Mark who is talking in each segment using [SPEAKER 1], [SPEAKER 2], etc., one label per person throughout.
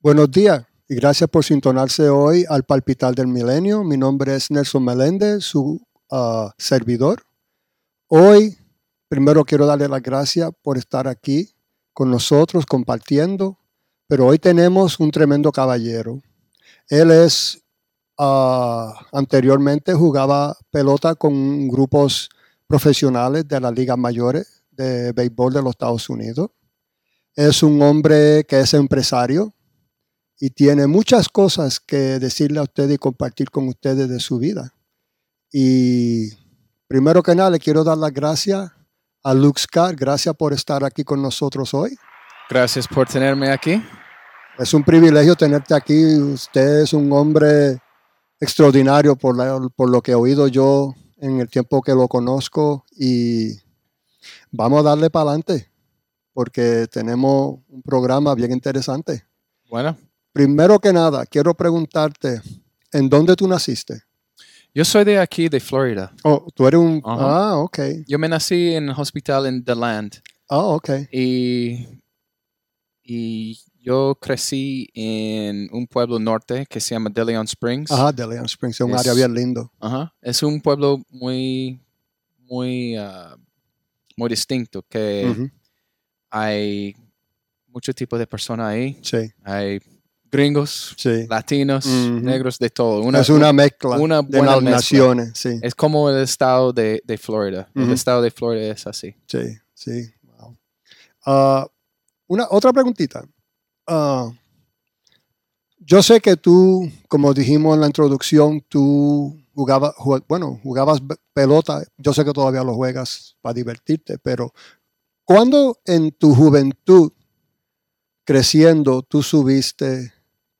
[SPEAKER 1] Buenos días y gracias por sintonarse hoy al Palpitar del Milenio. Mi nombre es Nelson Meléndez, su uh, servidor. Hoy, primero quiero darle las gracias por estar aquí con nosotros compartiendo, pero hoy tenemos un tremendo caballero. Él es, uh, anteriormente jugaba pelota con grupos profesionales de las ligas mayores de béisbol de los Estados Unidos. Es un hombre que es empresario, y tiene muchas cosas que decirle a ustedes y compartir con ustedes de su vida. Y primero que nada, le quiero dar las gracias a Luke Scott. Gracias por estar aquí con nosotros hoy.
[SPEAKER 2] Gracias por tenerme aquí.
[SPEAKER 1] Es un privilegio tenerte aquí. Usted es un hombre extraordinario por, la, por lo que he oído yo en el tiempo que lo conozco y vamos a darle para adelante porque tenemos un programa bien interesante.
[SPEAKER 2] Bueno,
[SPEAKER 1] primero que nada, quiero preguntarte, ¿en dónde tú naciste?
[SPEAKER 2] Yo soy de aquí, de Florida.
[SPEAKER 1] Oh, tú eres un...
[SPEAKER 2] Ajá.
[SPEAKER 1] Ah, ok.
[SPEAKER 2] Yo me nací en el hospital en Deland
[SPEAKER 1] Ah, ok.
[SPEAKER 2] y, y yo crecí en un pueblo norte que se llama De Leon Springs.
[SPEAKER 1] Ajá, de Leon Springs, es un
[SPEAKER 2] Es-
[SPEAKER 1] área bien lindo.
[SPEAKER 2] Ajá. Es un pueblo muy, muy, ah, muy distinto, que
[SPEAKER 1] Ujú,
[SPEAKER 2] hay muchos tipos de personas ahí.
[SPEAKER 1] Sí,
[SPEAKER 2] Hay gringos,
[SPEAKER 1] sí.
[SPEAKER 2] latinos,
[SPEAKER 1] Ujú.
[SPEAKER 2] negros, de todo. Una-
[SPEAKER 1] es una mezcla
[SPEAKER 2] una
[SPEAKER 1] de
[SPEAKER 2] buena
[SPEAKER 1] las
[SPEAKER 2] mezcla.
[SPEAKER 1] naciones, sí,
[SPEAKER 2] Es como el estado de, de Florida.
[SPEAKER 1] Ujú.
[SPEAKER 2] El estado de Florida es así.
[SPEAKER 1] sí, sí. Wow. Ah, una, otra preguntita. Ah, yo sé que tú, como dijimos en la introducción, tú jugabas, jue- bueno, jugabas be- pelota. Yo sé que todavía lo juegas para divertirte, pero ¿cuándo en tu juventud, creciendo, tú subiste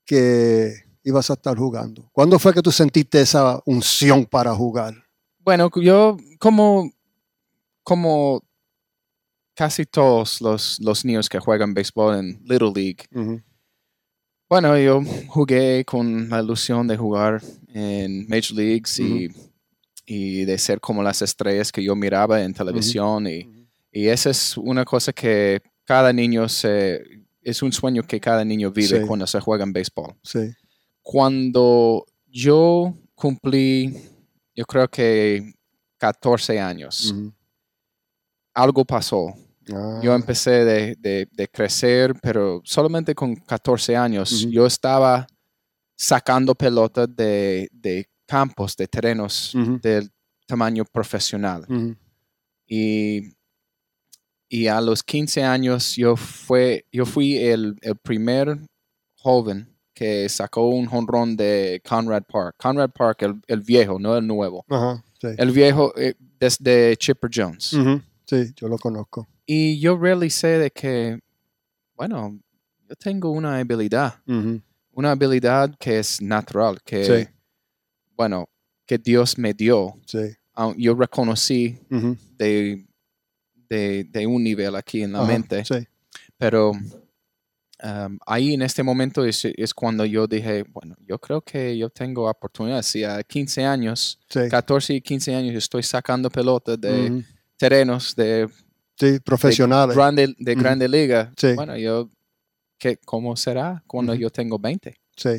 [SPEAKER 1] que ibas a estar jugando? ¿Cuándo fue que tú sentiste esa unción para jugar?
[SPEAKER 2] Bueno, cu- yo como, como casi todos los, los niños que juegan béisbol en Little League, bueno, yo jugué con la ilusión de jugar en Major Leagues y, y de ser como las estrellas que yo miraba en televisión. y, y esa es una cosa que cada niño se... Es un sueño que cada niño vive
[SPEAKER 1] Sí.
[SPEAKER 2] cuando se juega en béisbol.
[SPEAKER 1] Sí.
[SPEAKER 2] cuando yo cumplí, yo creo que 14 años, algo pasó.
[SPEAKER 1] Ah.
[SPEAKER 2] Yo empecé de, de- de crecer, pero solamente con 14 años
[SPEAKER 1] Ujú.
[SPEAKER 2] yo estaba sacando pelotas de, de campos, de terrenos
[SPEAKER 1] Ujú,
[SPEAKER 2] del tamaño profesional.
[SPEAKER 1] ujú,
[SPEAKER 2] Y, y a los 15 años yo, fue, yo fui el, el primer joven que sacó un jonrón de Conrad Park. Conrad Park, el, el viejo, no el nuevo.
[SPEAKER 1] Ajá, sí.
[SPEAKER 2] El viejo eh, desde Chipper Jones.
[SPEAKER 1] Ujú, Sí, yo lo conozco.
[SPEAKER 2] Y yo realicé de que, bueno, yo tengo una habilidad,
[SPEAKER 1] Ujú,
[SPEAKER 2] una habilidad que es natural, que,
[SPEAKER 1] Sí.
[SPEAKER 2] bueno, que Dios me dio.
[SPEAKER 1] Sí.
[SPEAKER 2] Ah, Yo reconocí
[SPEAKER 1] ujú,
[SPEAKER 2] de, de, de un nivel aquí en la
[SPEAKER 1] ajá,
[SPEAKER 2] mente.
[SPEAKER 1] Sí.
[SPEAKER 2] Pero um, ahí en este momento es, es cuando yo dije, bueno, yo creo que yo tengo oportunidad. Si a 15 años,
[SPEAKER 1] Sí.
[SPEAKER 2] 14 y 15 años, yo estoy sacando pelotas de
[SPEAKER 1] ujú,
[SPEAKER 2] terrenos de
[SPEAKER 1] Sí, profesionales.
[SPEAKER 2] grande, de
[SPEAKER 1] Ujú.
[SPEAKER 2] grande liga.
[SPEAKER 1] Sí.
[SPEAKER 2] Bueno, yo, ¿qué, ¿cómo será cuando
[SPEAKER 1] Ujú.
[SPEAKER 2] yo tengo 20?
[SPEAKER 1] Sí.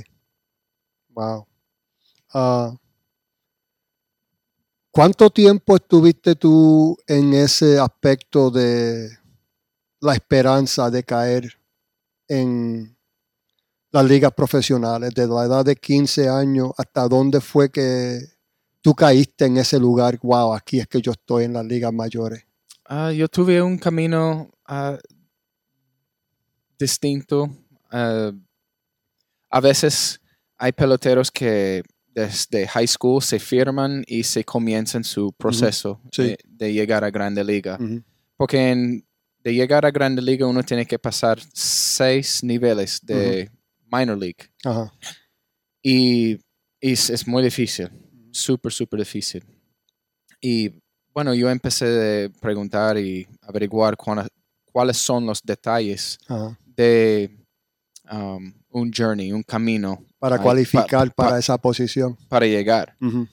[SPEAKER 1] Wow. Ah, ¿Cuánto tiempo estuviste tú en ese aspecto de la esperanza de caer en las ligas profesionales, desde la edad de 15 años hasta dónde fue que tú caíste en ese lugar? Wow, aquí es que yo estoy en las ligas mayores.
[SPEAKER 2] Ah, yo tuve un camino ah, distinto. Ah, a veces hay peloteros que desde high school se firman y se comienzan su Mm. proceso
[SPEAKER 1] sí.
[SPEAKER 2] de, de llegar a Grande Liga.
[SPEAKER 1] Ujú,
[SPEAKER 2] Porque en- de llegar a Grande Liga uno tiene que pasar seis niveles de minor league.
[SPEAKER 1] Ajá.
[SPEAKER 2] Y, y es, es muy difícil, súper, súper difícil. Y bueno, yo empecé a preguntar y averiguar cuáles- cuáles son los detalles
[SPEAKER 1] Ajá.
[SPEAKER 2] de um, un journey, un camino
[SPEAKER 1] Para
[SPEAKER 2] Ay, pa-
[SPEAKER 1] cualificar
[SPEAKER 2] pa-
[SPEAKER 1] para esa posición.
[SPEAKER 2] para llegar.
[SPEAKER 1] Ujú,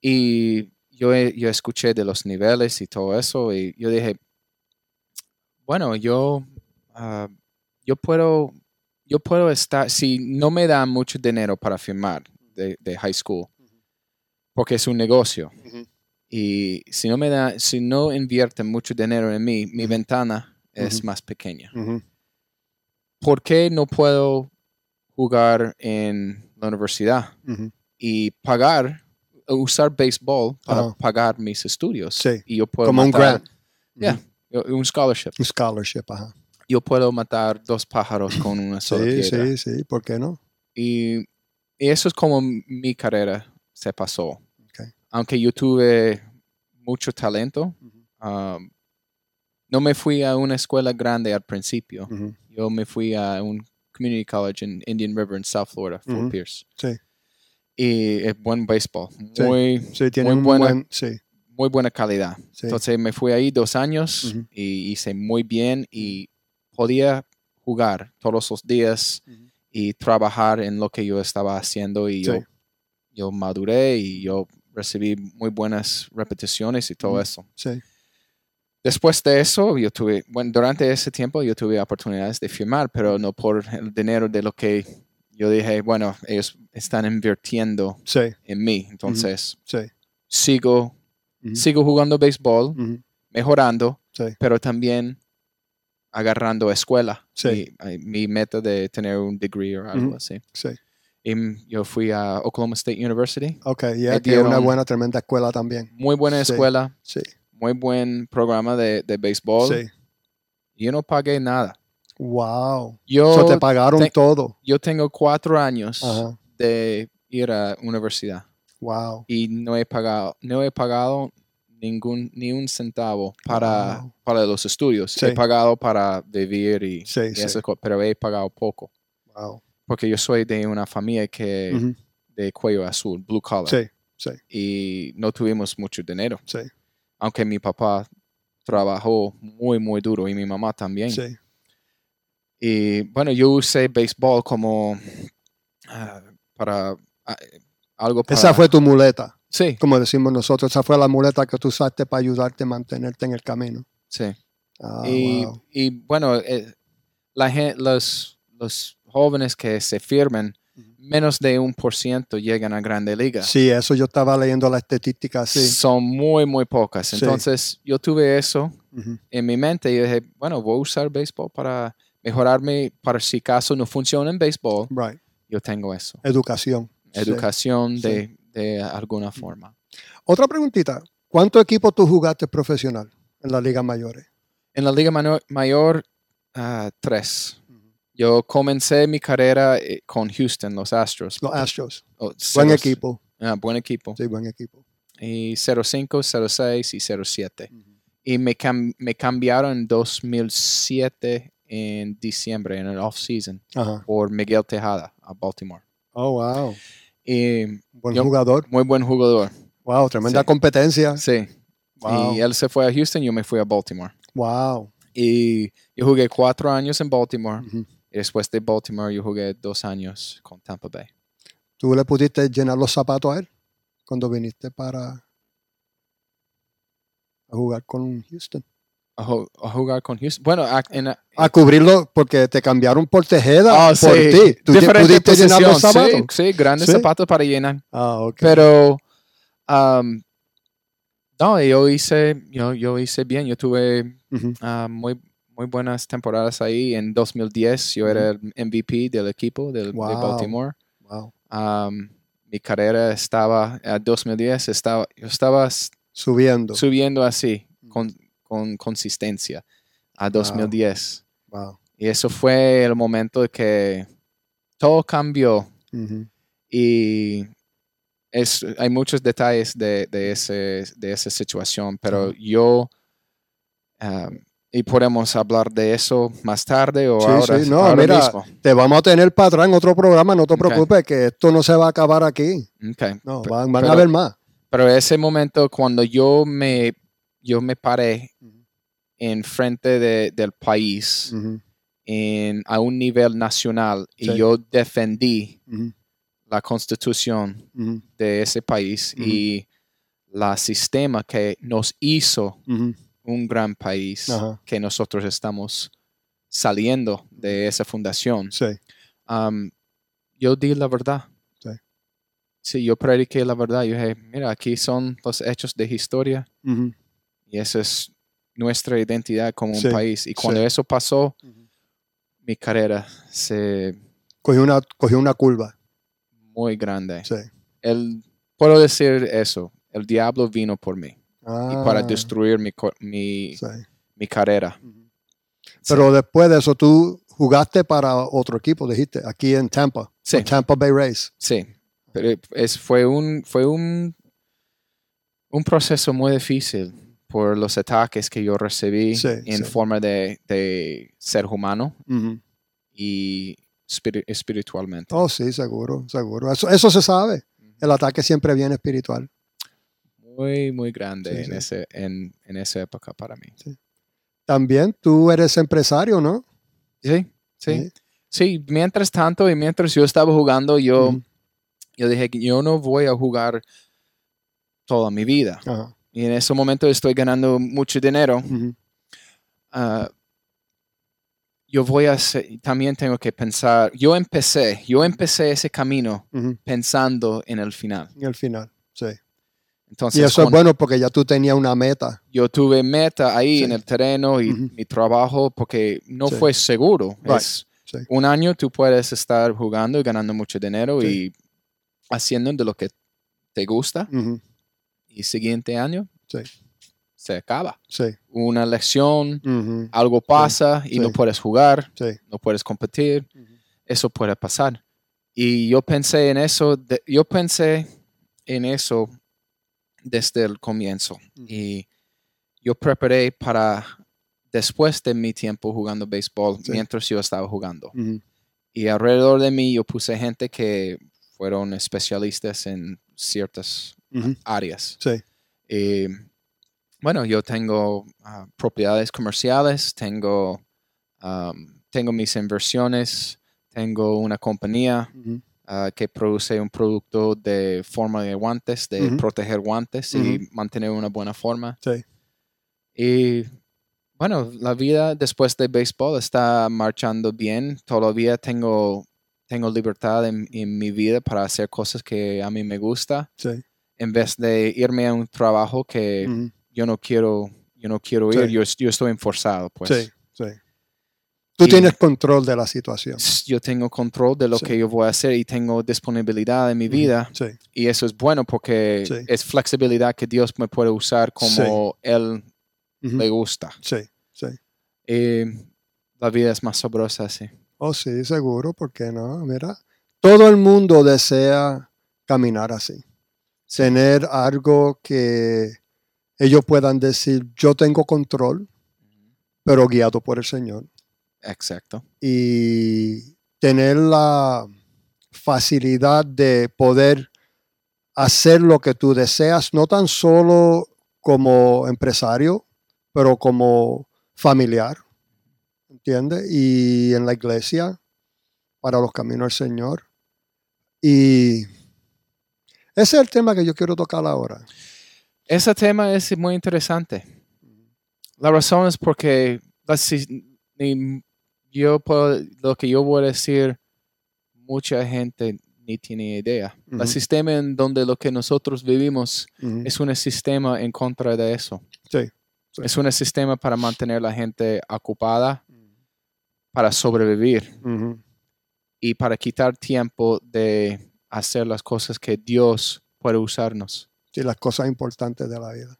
[SPEAKER 2] Y yo, he- yo escuché de los niveles y todo eso y yo dije, bueno, yo, ah, yo puedo yo puedo estar, si no me dan mucho dinero para firmar de, de high school, porque es un negocio,
[SPEAKER 1] Ujú.
[SPEAKER 2] y si no me da, si no invierten mucho dinero en mí, mi ventana es
[SPEAKER 1] Ujú.
[SPEAKER 2] más pequeña.
[SPEAKER 1] Ujú.
[SPEAKER 2] ¿Por qué no puedo jugar en la universidad
[SPEAKER 1] Ujú.
[SPEAKER 2] y pagar, usar béisbol para
[SPEAKER 1] Ah.
[SPEAKER 2] pagar mis estudios?
[SPEAKER 1] Sí.
[SPEAKER 2] Y yo puedo
[SPEAKER 1] Como un
[SPEAKER 2] matar-
[SPEAKER 1] grant.
[SPEAKER 2] Yeah. un scholarship.
[SPEAKER 1] Un scholarship, ajá.
[SPEAKER 2] Yo puedo matar dos pájaros con una sola
[SPEAKER 1] Sí,
[SPEAKER 2] piedra.
[SPEAKER 1] sí, sí, ¿por qué no?
[SPEAKER 2] Y, y eso es como mi carrera se pasó.
[SPEAKER 1] Ok.
[SPEAKER 2] Aunque yo tuve mucho talento, um, no me fui a una escuela grande al principio.
[SPEAKER 1] Ujú.
[SPEAKER 2] Yo me fui a un community college en Indian River en South Florida, Fort
[SPEAKER 1] Ujú.
[SPEAKER 2] Pierce.
[SPEAKER 1] Sí.
[SPEAKER 2] Y es buen béisbol,
[SPEAKER 1] Sí.
[SPEAKER 2] muy,
[SPEAKER 1] Sí, tiene
[SPEAKER 2] Muy
[SPEAKER 1] un
[SPEAKER 2] buena.
[SPEAKER 1] buen. Sí,
[SPEAKER 2] muy buena calidad.
[SPEAKER 1] sí.
[SPEAKER 2] Entonces me fui ahí dos años
[SPEAKER 1] Ujú.
[SPEAKER 2] y hice muy bien y podía jugar todos los días
[SPEAKER 1] Ujú.
[SPEAKER 2] y trabajar en lo que yo estaba haciendo y yo,
[SPEAKER 1] Sí.
[SPEAKER 2] yo maduré y yo recibí muy buenas repeticiones y todo
[SPEAKER 1] Ujú.
[SPEAKER 2] eso.
[SPEAKER 1] sí.
[SPEAKER 2] Después de eso, yo tuve, bueno, durante ese tiempo yo tuve oportunidades de firmar, pero no por el dinero de lo que yo dije, bueno, ellos están invirtiendo
[SPEAKER 1] Sí,
[SPEAKER 2] en mí, entonces
[SPEAKER 1] sí.
[SPEAKER 2] sigo,
[SPEAKER 1] Ujú.
[SPEAKER 2] sigo jugando béisbol,
[SPEAKER 1] Ujú.
[SPEAKER 2] mejorando,
[SPEAKER 1] Sí.
[SPEAKER 2] pero también agarrando escuela.
[SPEAKER 1] Sí.
[SPEAKER 2] Mi, ay, mi meta de tener un degree o algo
[SPEAKER 1] Ujú.
[SPEAKER 2] así.
[SPEAKER 1] Sí.
[SPEAKER 2] Y mm, yo fui a Oklahoma State University.
[SPEAKER 1] Ok, ya
[SPEAKER 2] Me
[SPEAKER 1] que es una
[SPEAKER 2] dieron-
[SPEAKER 1] buena, tremenda escuela también.
[SPEAKER 2] Muy buena
[SPEAKER 1] Sí.
[SPEAKER 2] escuela,
[SPEAKER 1] Sí,
[SPEAKER 2] muy buen programa de, de béisbol.
[SPEAKER 1] sí.
[SPEAKER 2] Yo no pagué nada.
[SPEAKER 1] Wow.
[SPEAKER 2] Yo,
[SPEAKER 1] so te pagaron
[SPEAKER 2] te-
[SPEAKER 1] todo.
[SPEAKER 2] yo tengo cuatro años
[SPEAKER 1] Ajá.
[SPEAKER 2] de ir a universidad
[SPEAKER 1] Wow.
[SPEAKER 2] y no he pagado, no he pagado ningún, ni un centavo para,
[SPEAKER 1] Wow.
[SPEAKER 2] para los estudios.
[SPEAKER 1] Sí.
[SPEAKER 2] He pagado para vivir y,
[SPEAKER 1] Sí,
[SPEAKER 2] y
[SPEAKER 1] sí.
[SPEAKER 2] esas cosas, pero he pagado poco.
[SPEAKER 1] Wow.
[SPEAKER 2] porque yo soy de una familia que
[SPEAKER 1] Ujú.
[SPEAKER 2] de cuello azul, blue collar,
[SPEAKER 1] Sí, sí,
[SPEAKER 2] y no tuvimos mucho dinero,
[SPEAKER 1] sí,
[SPEAKER 2] aunque mi papá trabajó muy muy duro y mi mamá también.
[SPEAKER 1] sí.
[SPEAKER 2] Y bueno, yo usé béisbol como ah, para ah, algo para
[SPEAKER 1] Esa fue tu muleta,
[SPEAKER 2] Sí,
[SPEAKER 1] como decimos nosotros. Esa fue la muleta que tú usaste para ayudarte a mantenerte en el camino.
[SPEAKER 2] sí.
[SPEAKER 1] Ah,
[SPEAKER 2] y,
[SPEAKER 1] wow.
[SPEAKER 2] y, bueno, eh, la gen- los, los jóvenes que se firmen,
[SPEAKER 1] Ujú.
[SPEAKER 2] menos de un por ciento llegan a Grande Liga.
[SPEAKER 1] Sí, eso yo estaba leyendo la estadística, sí.
[SPEAKER 2] son muy, muy pocas.
[SPEAKER 1] Sí.
[SPEAKER 2] Entonces, yo tuve eso
[SPEAKER 1] Ujú.
[SPEAKER 2] en mi mente y dije, bueno, voy a usar béisbol para mejorarme, para si caso no funciona en béisbol,
[SPEAKER 1] Right.
[SPEAKER 2] yo tengo eso.
[SPEAKER 1] Educación. Sí. sí.
[SPEAKER 2] Educación
[SPEAKER 1] Mm.
[SPEAKER 2] de, de alguna forma.
[SPEAKER 1] Otra preguntita. ¿Cuánto equipo tú jugaste profesional en la Liga Mayores?
[SPEAKER 2] En la Liga Mano- Mayor, 3 tres. Yo comencé mi carrera eh, con Houston, los Astros.
[SPEAKER 1] Los Astros.
[SPEAKER 2] Oh,
[SPEAKER 1] Buen
[SPEAKER 2] ceros-
[SPEAKER 1] equipo.
[SPEAKER 2] ah, buen equipo.
[SPEAKER 1] Sí, buen equipo.
[SPEAKER 2] Y 05, 06 y 07. y me, cam- me cambiaron en 2007 en diciembre, en el off-season,
[SPEAKER 1] Ajá.
[SPEAKER 2] por Miguel Tejada a Baltimore.
[SPEAKER 1] Oh, wow.
[SPEAKER 2] Y
[SPEAKER 1] Buen
[SPEAKER 2] Yo-
[SPEAKER 1] jugador.
[SPEAKER 2] muy buen jugador,
[SPEAKER 1] Wow, tremenda
[SPEAKER 2] Sí.
[SPEAKER 1] competencia.
[SPEAKER 2] sí. eh.
[SPEAKER 1] Wow.
[SPEAKER 2] Y él se fue a Houston, yo me fui a Baltimore.
[SPEAKER 1] Wow.
[SPEAKER 2] Y yo jugué cuatro años en Baltimore.
[SPEAKER 1] Ujú.
[SPEAKER 2] Y después de Baltimore, yo jugué dos años con Tampa Bay.
[SPEAKER 1] ¿Tú le pudiste llenar los zapatos a él cuando viniste para a jugar con Houston?
[SPEAKER 2] A, ju- a jugar con Houston. Bueno, a- en, a-
[SPEAKER 1] A cubrirlo porque te cambiaron por Tejeda
[SPEAKER 2] Eh, Ah,
[SPEAKER 1] por
[SPEAKER 2] sí.
[SPEAKER 1] ti. ¿Tú te
[SPEAKER 2] Diferente
[SPEAKER 1] pudiste llenar los
[SPEAKER 2] posición,
[SPEAKER 1] zapatos?
[SPEAKER 2] Sí, sí, grandes
[SPEAKER 1] Sí.
[SPEAKER 2] zapatos para llenar.
[SPEAKER 1] Ah, ok.
[SPEAKER 2] Pero am, no, yo hice, yo, yo hice bien. Yo tuve
[SPEAKER 1] Ujú.
[SPEAKER 2] ah, muy, muy buenas temporadas ahí. En 2010 yo era el MVP del equipo del, de
[SPEAKER 1] Wow.
[SPEAKER 2] Baltimore.
[SPEAKER 1] Wow.
[SPEAKER 2] Am, mi carrera estaba, eh, a 2010 estaba, yo estaba s-
[SPEAKER 1] Subiendo.
[SPEAKER 2] subiendo así,
[SPEAKER 1] Mm.
[SPEAKER 2] con, con consistencia, a
[SPEAKER 1] Wow.
[SPEAKER 2] 2010.
[SPEAKER 1] wow.
[SPEAKER 2] Y eso fue el momento que todo cambió
[SPEAKER 1] Ujú.
[SPEAKER 2] y es, hay muchos detalles de, de, ese, de esa situación, pero
[SPEAKER 1] Ajá.
[SPEAKER 2] yo, um, y podemos hablar de eso más tarde o
[SPEAKER 1] Sí,
[SPEAKER 2] ahora,
[SPEAKER 1] sí, no,
[SPEAKER 2] ahora
[SPEAKER 1] mira,
[SPEAKER 2] mismo.
[SPEAKER 1] Te vamos a tener para atrás en otro programa, no te
[SPEAKER 2] Ok.
[SPEAKER 1] preocupes, que esto no se va a acabar aquí.
[SPEAKER 2] Ok.
[SPEAKER 1] No,
[SPEAKER 2] Pe-
[SPEAKER 1] van, van a
[SPEAKER 2] pero-
[SPEAKER 1] haber más.
[SPEAKER 2] Pero ese momento cuando yo me, yo me paré
[SPEAKER 1] Ujú.
[SPEAKER 2] en frente de- del país
[SPEAKER 1] Ujú,
[SPEAKER 2] en, a un nivel nacional
[SPEAKER 1] Mm. Sí.
[SPEAKER 2] y yo defendí
[SPEAKER 1] ujú,
[SPEAKER 2] la constitución
[SPEAKER 1] ujú,
[SPEAKER 2] de ese país
[SPEAKER 1] Ujú.
[SPEAKER 2] y la sistema que nos hizo
[SPEAKER 1] ujú.
[SPEAKER 2] un gran país
[SPEAKER 1] Ajá.
[SPEAKER 2] que nosotros estamos saliendo de esa fundación,
[SPEAKER 1] Sí,
[SPEAKER 2] um, yo di la verdad.
[SPEAKER 1] Sí.
[SPEAKER 2] Sí, yo prediqué la verdad. Yo dije, mira, aquí son los hechos de historia
[SPEAKER 1] ujú,
[SPEAKER 2] y esa es nuestra identidad como un
[SPEAKER 1] Sí,
[SPEAKER 2] país. Y cuando
[SPEAKER 1] sí.
[SPEAKER 2] eso pasó,
[SPEAKER 1] Ujú.
[SPEAKER 2] mi carrera se
[SPEAKER 1] cogió, una, cogió una curva.
[SPEAKER 2] muy grande.
[SPEAKER 1] Sí.
[SPEAKER 2] El, puedo decir eso. El diablo vino por mí y para
[SPEAKER 1] Ah,
[SPEAKER 2] destruir mi, co- mi,
[SPEAKER 1] sí.
[SPEAKER 2] mi carrera.
[SPEAKER 1] Ujú. Pero después de eso, tú jugaste para otro equipo, dijiste, aquí en Tampa,
[SPEAKER 2] Sí.
[SPEAKER 1] los Tampa Bay Rays.
[SPEAKER 2] Sí, pero es, fue un fue un, un proceso muy difícil por los ataques que yo recibí
[SPEAKER 1] Sí,
[SPEAKER 2] en
[SPEAKER 1] sí.
[SPEAKER 2] forma de, de ser humano
[SPEAKER 1] Ujú.
[SPEAKER 2] y espiri- espiritualmente.
[SPEAKER 1] Oh, sí, seguro, seguro. Eso, eso se sabe. El ataque siempre viene espiritual.
[SPEAKER 2] Muy, muy grande
[SPEAKER 1] Sí,
[SPEAKER 2] en,
[SPEAKER 1] sí.
[SPEAKER 2] Ese, en, en esa época para mí.
[SPEAKER 1] También tú eres empresario, ¿no?
[SPEAKER 2] Sí, sí. Sí, mientras tanto y mientras yo estaba jugando, yo,
[SPEAKER 1] Ujú.
[SPEAKER 2] yo dije que yo no voy a jugar toda mi vida.
[SPEAKER 1] Ajá.
[SPEAKER 2] Y en ese momento estoy ganando mucho dinero.
[SPEAKER 1] Ujú.
[SPEAKER 2] ah, yo voy a hacer- también tengo que pensar, yo empecé, yo empecé ese camino
[SPEAKER 1] Ujú.
[SPEAKER 2] pensando en el final.
[SPEAKER 1] En el final, sí.
[SPEAKER 2] Entonces,
[SPEAKER 1] Y eso es
[SPEAKER 2] cuando
[SPEAKER 1] bueno porque ya tú tenías una meta.
[SPEAKER 2] yo tuve meta ahí
[SPEAKER 1] Sí.
[SPEAKER 2] en el terreno y
[SPEAKER 1] Ujú.
[SPEAKER 2] mi trabajo porque no
[SPEAKER 1] Sí.
[SPEAKER 2] fue seguro.
[SPEAKER 1] Right.
[SPEAKER 2] Es
[SPEAKER 1] Sí.
[SPEAKER 2] un año tú puedes estar jugando y ganando mucho dinero
[SPEAKER 1] Sí.
[SPEAKER 2] y haciendo de lo que te gusta
[SPEAKER 1] Ujú.
[SPEAKER 2] y siguiente año
[SPEAKER 1] Sí.
[SPEAKER 2] se acaba.
[SPEAKER 1] Sí.
[SPEAKER 2] Una lección,
[SPEAKER 1] Ujú.
[SPEAKER 2] algo pasa y
[SPEAKER 1] Sí.
[SPEAKER 2] no puedes jugar,
[SPEAKER 1] Sí.
[SPEAKER 2] no puedes competir.
[SPEAKER 1] Ujú.
[SPEAKER 2] eso puede pasar. Y yo pensé en eso, de- yo pensé en eso desde el comienzo.
[SPEAKER 1] Ujú.
[SPEAKER 2] Y yo preparé para después de mi tiempo jugando béisbol,
[SPEAKER 1] Sí.
[SPEAKER 2] mientras yo estaba jugando.
[SPEAKER 1] Ujú.
[SPEAKER 2] Y alrededor de mí yo puse gente que fueron especialistas en ciertas
[SPEAKER 1] Ujú.
[SPEAKER 2] áreas.
[SPEAKER 1] Sí.
[SPEAKER 2] Y, bueno, yo tengo ah, propiedades comerciales, tengo, am, tengo mis inversiones, tengo una compañía
[SPEAKER 1] Ujú.
[SPEAKER 2] ah, que produce un producto de forma de guantes, de
[SPEAKER 1] Ujú.
[SPEAKER 2] proteger guantes y mantener una buena forma.
[SPEAKER 1] Sí.
[SPEAKER 2] Y bueno, la vida después de béisbol está marchando bien. Todavía tengo, tengo libertad en, en mi vida para hacer cosas que a mí me gusta,
[SPEAKER 1] Sí.
[SPEAKER 2] en vez de irme a un trabajo que
[SPEAKER 1] Ujú.
[SPEAKER 2] yo no quiero, yo no quiero ir,
[SPEAKER 1] Mm. Sí.
[SPEAKER 2] yo, es- yo estoy enforzado, pues.
[SPEAKER 1] Sí. Sí. Tú
[SPEAKER 2] Y-
[SPEAKER 1] tienes control de la situación.
[SPEAKER 2] s- Yo tengo control de lo
[SPEAKER 1] Sí.
[SPEAKER 2] que yo voy a hacer y tengo disponibilidad en mi
[SPEAKER 1] Ujú.
[SPEAKER 2] vida.
[SPEAKER 1] Sí.
[SPEAKER 2] Y eso es bueno porque
[SPEAKER 1] Sí.
[SPEAKER 2] es flexibilidad que Dios me puede usar como Él
[SPEAKER 1] Ujú.
[SPEAKER 2] le gusta.
[SPEAKER 1] Sí. Sí.
[SPEAKER 2] Y la vida es más sabrosa así.
[SPEAKER 1] Oh, sí, seguro, ¿por qué no? Mira, todo el mundo desea caminar así,
[SPEAKER 2] Sí.
[SPEAKER 1] tener algo que ellos puedan decir, yo tengo control, pero guiado por el Señor,
[SPEAKER 2] Exacto.
[SPEAKER 1] y tener la facilidad de poder hacer lo que tú deseas, no tan solo como empresario, pero como familiar, ¿entiendes? Y en la iglesia, para los caminos del Señor. Y ese es el tema que yo quiero tocar ahora.
[SPEAKER 2] Ese tema es muy interesante. La razón es porque la si- ni- yo puedo- lo que yo voy a decir, mucha gente ni tiene idea. El
[SPEAKER 1] Ujú.
[SPEAKER 2] sistema en donde lo que nosotros vivimos
[SPEAKER 1] Ujú.
[SPEAKER 2] es un sistema en contra de eso.
[SPEAKER 1] Sí, sí.
[SPEAKER 2] Es un sistema para mantener la gente ocupada, para sobrevivir
[SPEAKER 1] Ujú.
[SPEAKER 2] y para quitar tiempo de hacer las cosas que Dios puede usarnos.
[SPEAKER 1] Sí, las cosas importantes de la vida.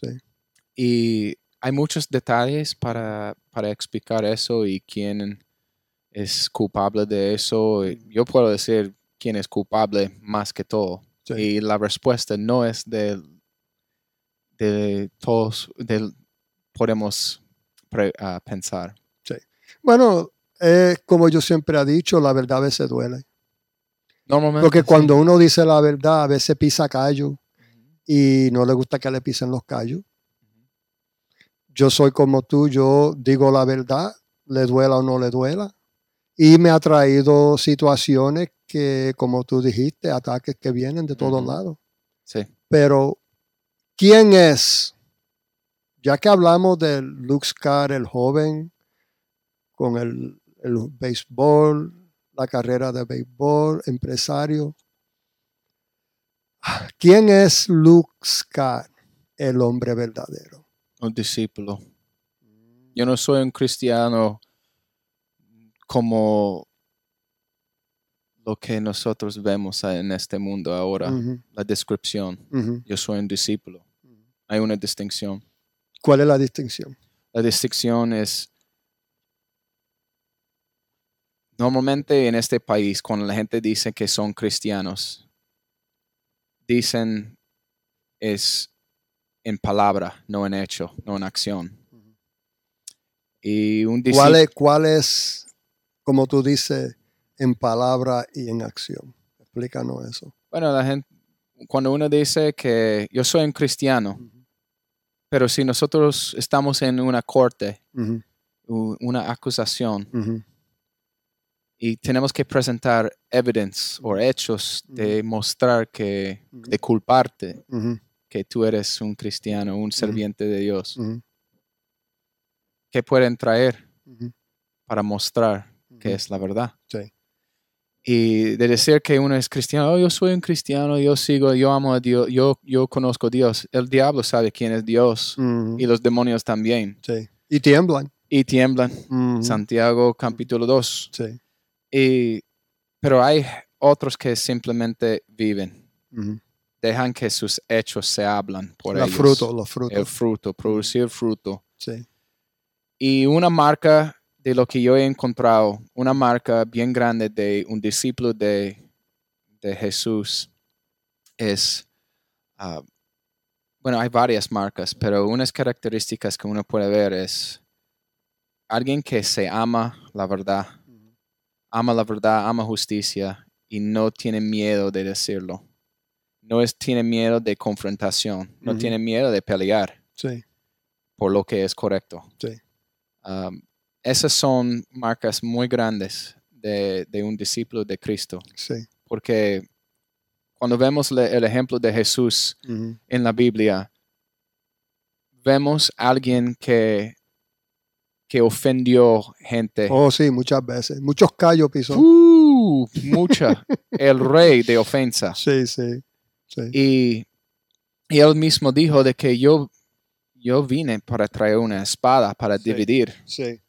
[SPEAKER 1] Sí.
[SPEAKER 2] Y hay muchos detalles para, para explicar eso y quién es culpable de eso. Y
[SPEAKER 1] Ujú.
[SPEAKER 2] Yo puedo decir quién es culpable más que todo.
[SPEAKER 1] Sí.
[SPEAKER 2] Y la respuesta no es de, de todos, del podemos pre- ah, pensar.
[SPEAKER 1] Bueno, eh, como yo siempre he dicho, la verdad a veces duele.
[SPEAKER 2] Normalmente.
[SPEAKER 1] Porque
[SPEAKER 2] sí.
[SPEAKER 1] cuando uno dice la verdad, a veces pisa callo y no le gusta que le pisen los callos. Yo soy como tú, yo digo la verdad, le duela o no le duela. Y me ha traído situaciones que, como tú dijiste, ataques que vienen de todos
[SPEAKER 2] Ujú.
[SPEAKER 1] lados.
[SPEAKER 2] Sí.
[SPEAKER 1] Pero, ¿quién es Ya que hablamos de Luke Scar, el joven, con el, el béisbol, la carrera de béisbol, empresario. ah, ¿Quién es Luke Scar, el hombre verdadero?
[SPEAKER 2] Un discípulo. Yo no soy un cristiano como lo que nosotros vemos en este mundo ahora,
[SPEAKER 1] Ujú,
[SPEAKER 2] la descripción.
[SPEAKER 1] ujú.
[SPEAKER 2] Yo soy un discípulo. Hay una distinción.
[SPEAKER 1] ¿Cuál es la distinción?
[SPEAKER 2] La distinción es normalmente en este país cuando la gente dice que son cristianos dicen es en palabra, no en hecho, no en acción.
[SPEAKER 1] Ujú.
[SPEAKER 2] Y un
[SPEAKER 1] ¿Cuál
[SPEAKER 2] discípulo
[SPEAKER 1] es, cuál es, como tú dices, en palabra y en acción? Explícanos eso.
[SPEAKER 2] bueno, la gente cuando uno dice que yo soy un cristiano,
[SPEAKER 1] Ujú,
[SPEAKER 2] pero si nosotros estamos en una corte,
[SPEAKER 1] ujú,
[SPEAKER 2] u- una acusación
[SPEAKER 1] ujú,
[SPEAKER 2] y tenemos que presentar evidence o hechos de mostrar que
[SPEAKER 1] ujú,
[SPEAKER 2] de culparte
[SPEAKER 1] ujú,
[SPEAKER 2] que tú eres un cristiano, un serviente de Dios.
[SPEAKER 1] ujú,
[SPEAKER 2] ¿Qué pueden traer
[SPEAKER 1] ujú,
[SPEAKER 2] para mostrar que
[SPEAKER 1] ujú.
[SPEAKER 2] es la verdad?
[SPEAKER 1] Sí.
[SPEAKER 2] Y de decir que uno es cristiano, "Oh, yo soy un cristiano, yo sigo, yo amo a Dios, yo, yo conozco a Dios. El diablo sabe quién es Dios
[SPEAKER 1] Ujú,
[SPEAKER 2] y los demonios también.
[SPEAKER 1] sí. Y tiemblan.
[SPEAKER 2] Y tiemblan.
[SPEAKER 1] Ujú,
[SPEAKER 2] Santiago capítulo 2.
[SPEAKER 1] sí.
[SPEAKER 2] Y, pero hay otros que simplemente viven,
[SPEAKER 1] Ujú.
[SPEAKER 2] dejan que sus hechos se hablan por
[SPEAKER 1] Los
[SPEAKER 2] ellos.
[SPEAKER 1] frutos, los frutos.
[SPEAKER 2] El fruto, producir fruto.
[SPEAKER 1] sí.
[SPEAKER 2] y una marca de lo que yo he encontrado, una marca bien grande de un discípulo de, de Jesús es, ah, bueno, hay varias marcas, pero unas características que uno puede ver es alguien que se ama la verdad, ama la verdad, ama justicia y no tiene miedo de decirlo. No es, tiene miedo de confrontación, no
[SPEAKER 1] Ujú.
[SPEAKER 2] tiene miedo de pelear
[SPEAKER 1] Sí.
[SPEAKER 2] por lo que es correcto.
[SPEAKER 1] Sí.
[SPEAKER 2] Um, esas son marcas muy grandes de, de un discípulo de Cristo,
[SPEAKER 1] Sí.
[SPEAKER 2] porque cuando vemos le- el ejemplo de Jesús
[SPEAKER 1] Ujú,
[SPEAKER 2] en la Biblia, vemos a alguien que, que ofendió gente.
[SPEAKER 1] Oh, sí, muchas veces. Muchos callos pisó.
[SPEAKER 2] ¡Uh! mucha. El rey de ofensa.
[SPEAKER 1] Sí, sí. Sí.
[SPEAKER 2] Y, y él mismo dijo de que yo, yo vine para traer una espada, para
[SPEAKER 1] Sí.
[SPEAKER 2] dividir.
[SPEAKER 1] Sí.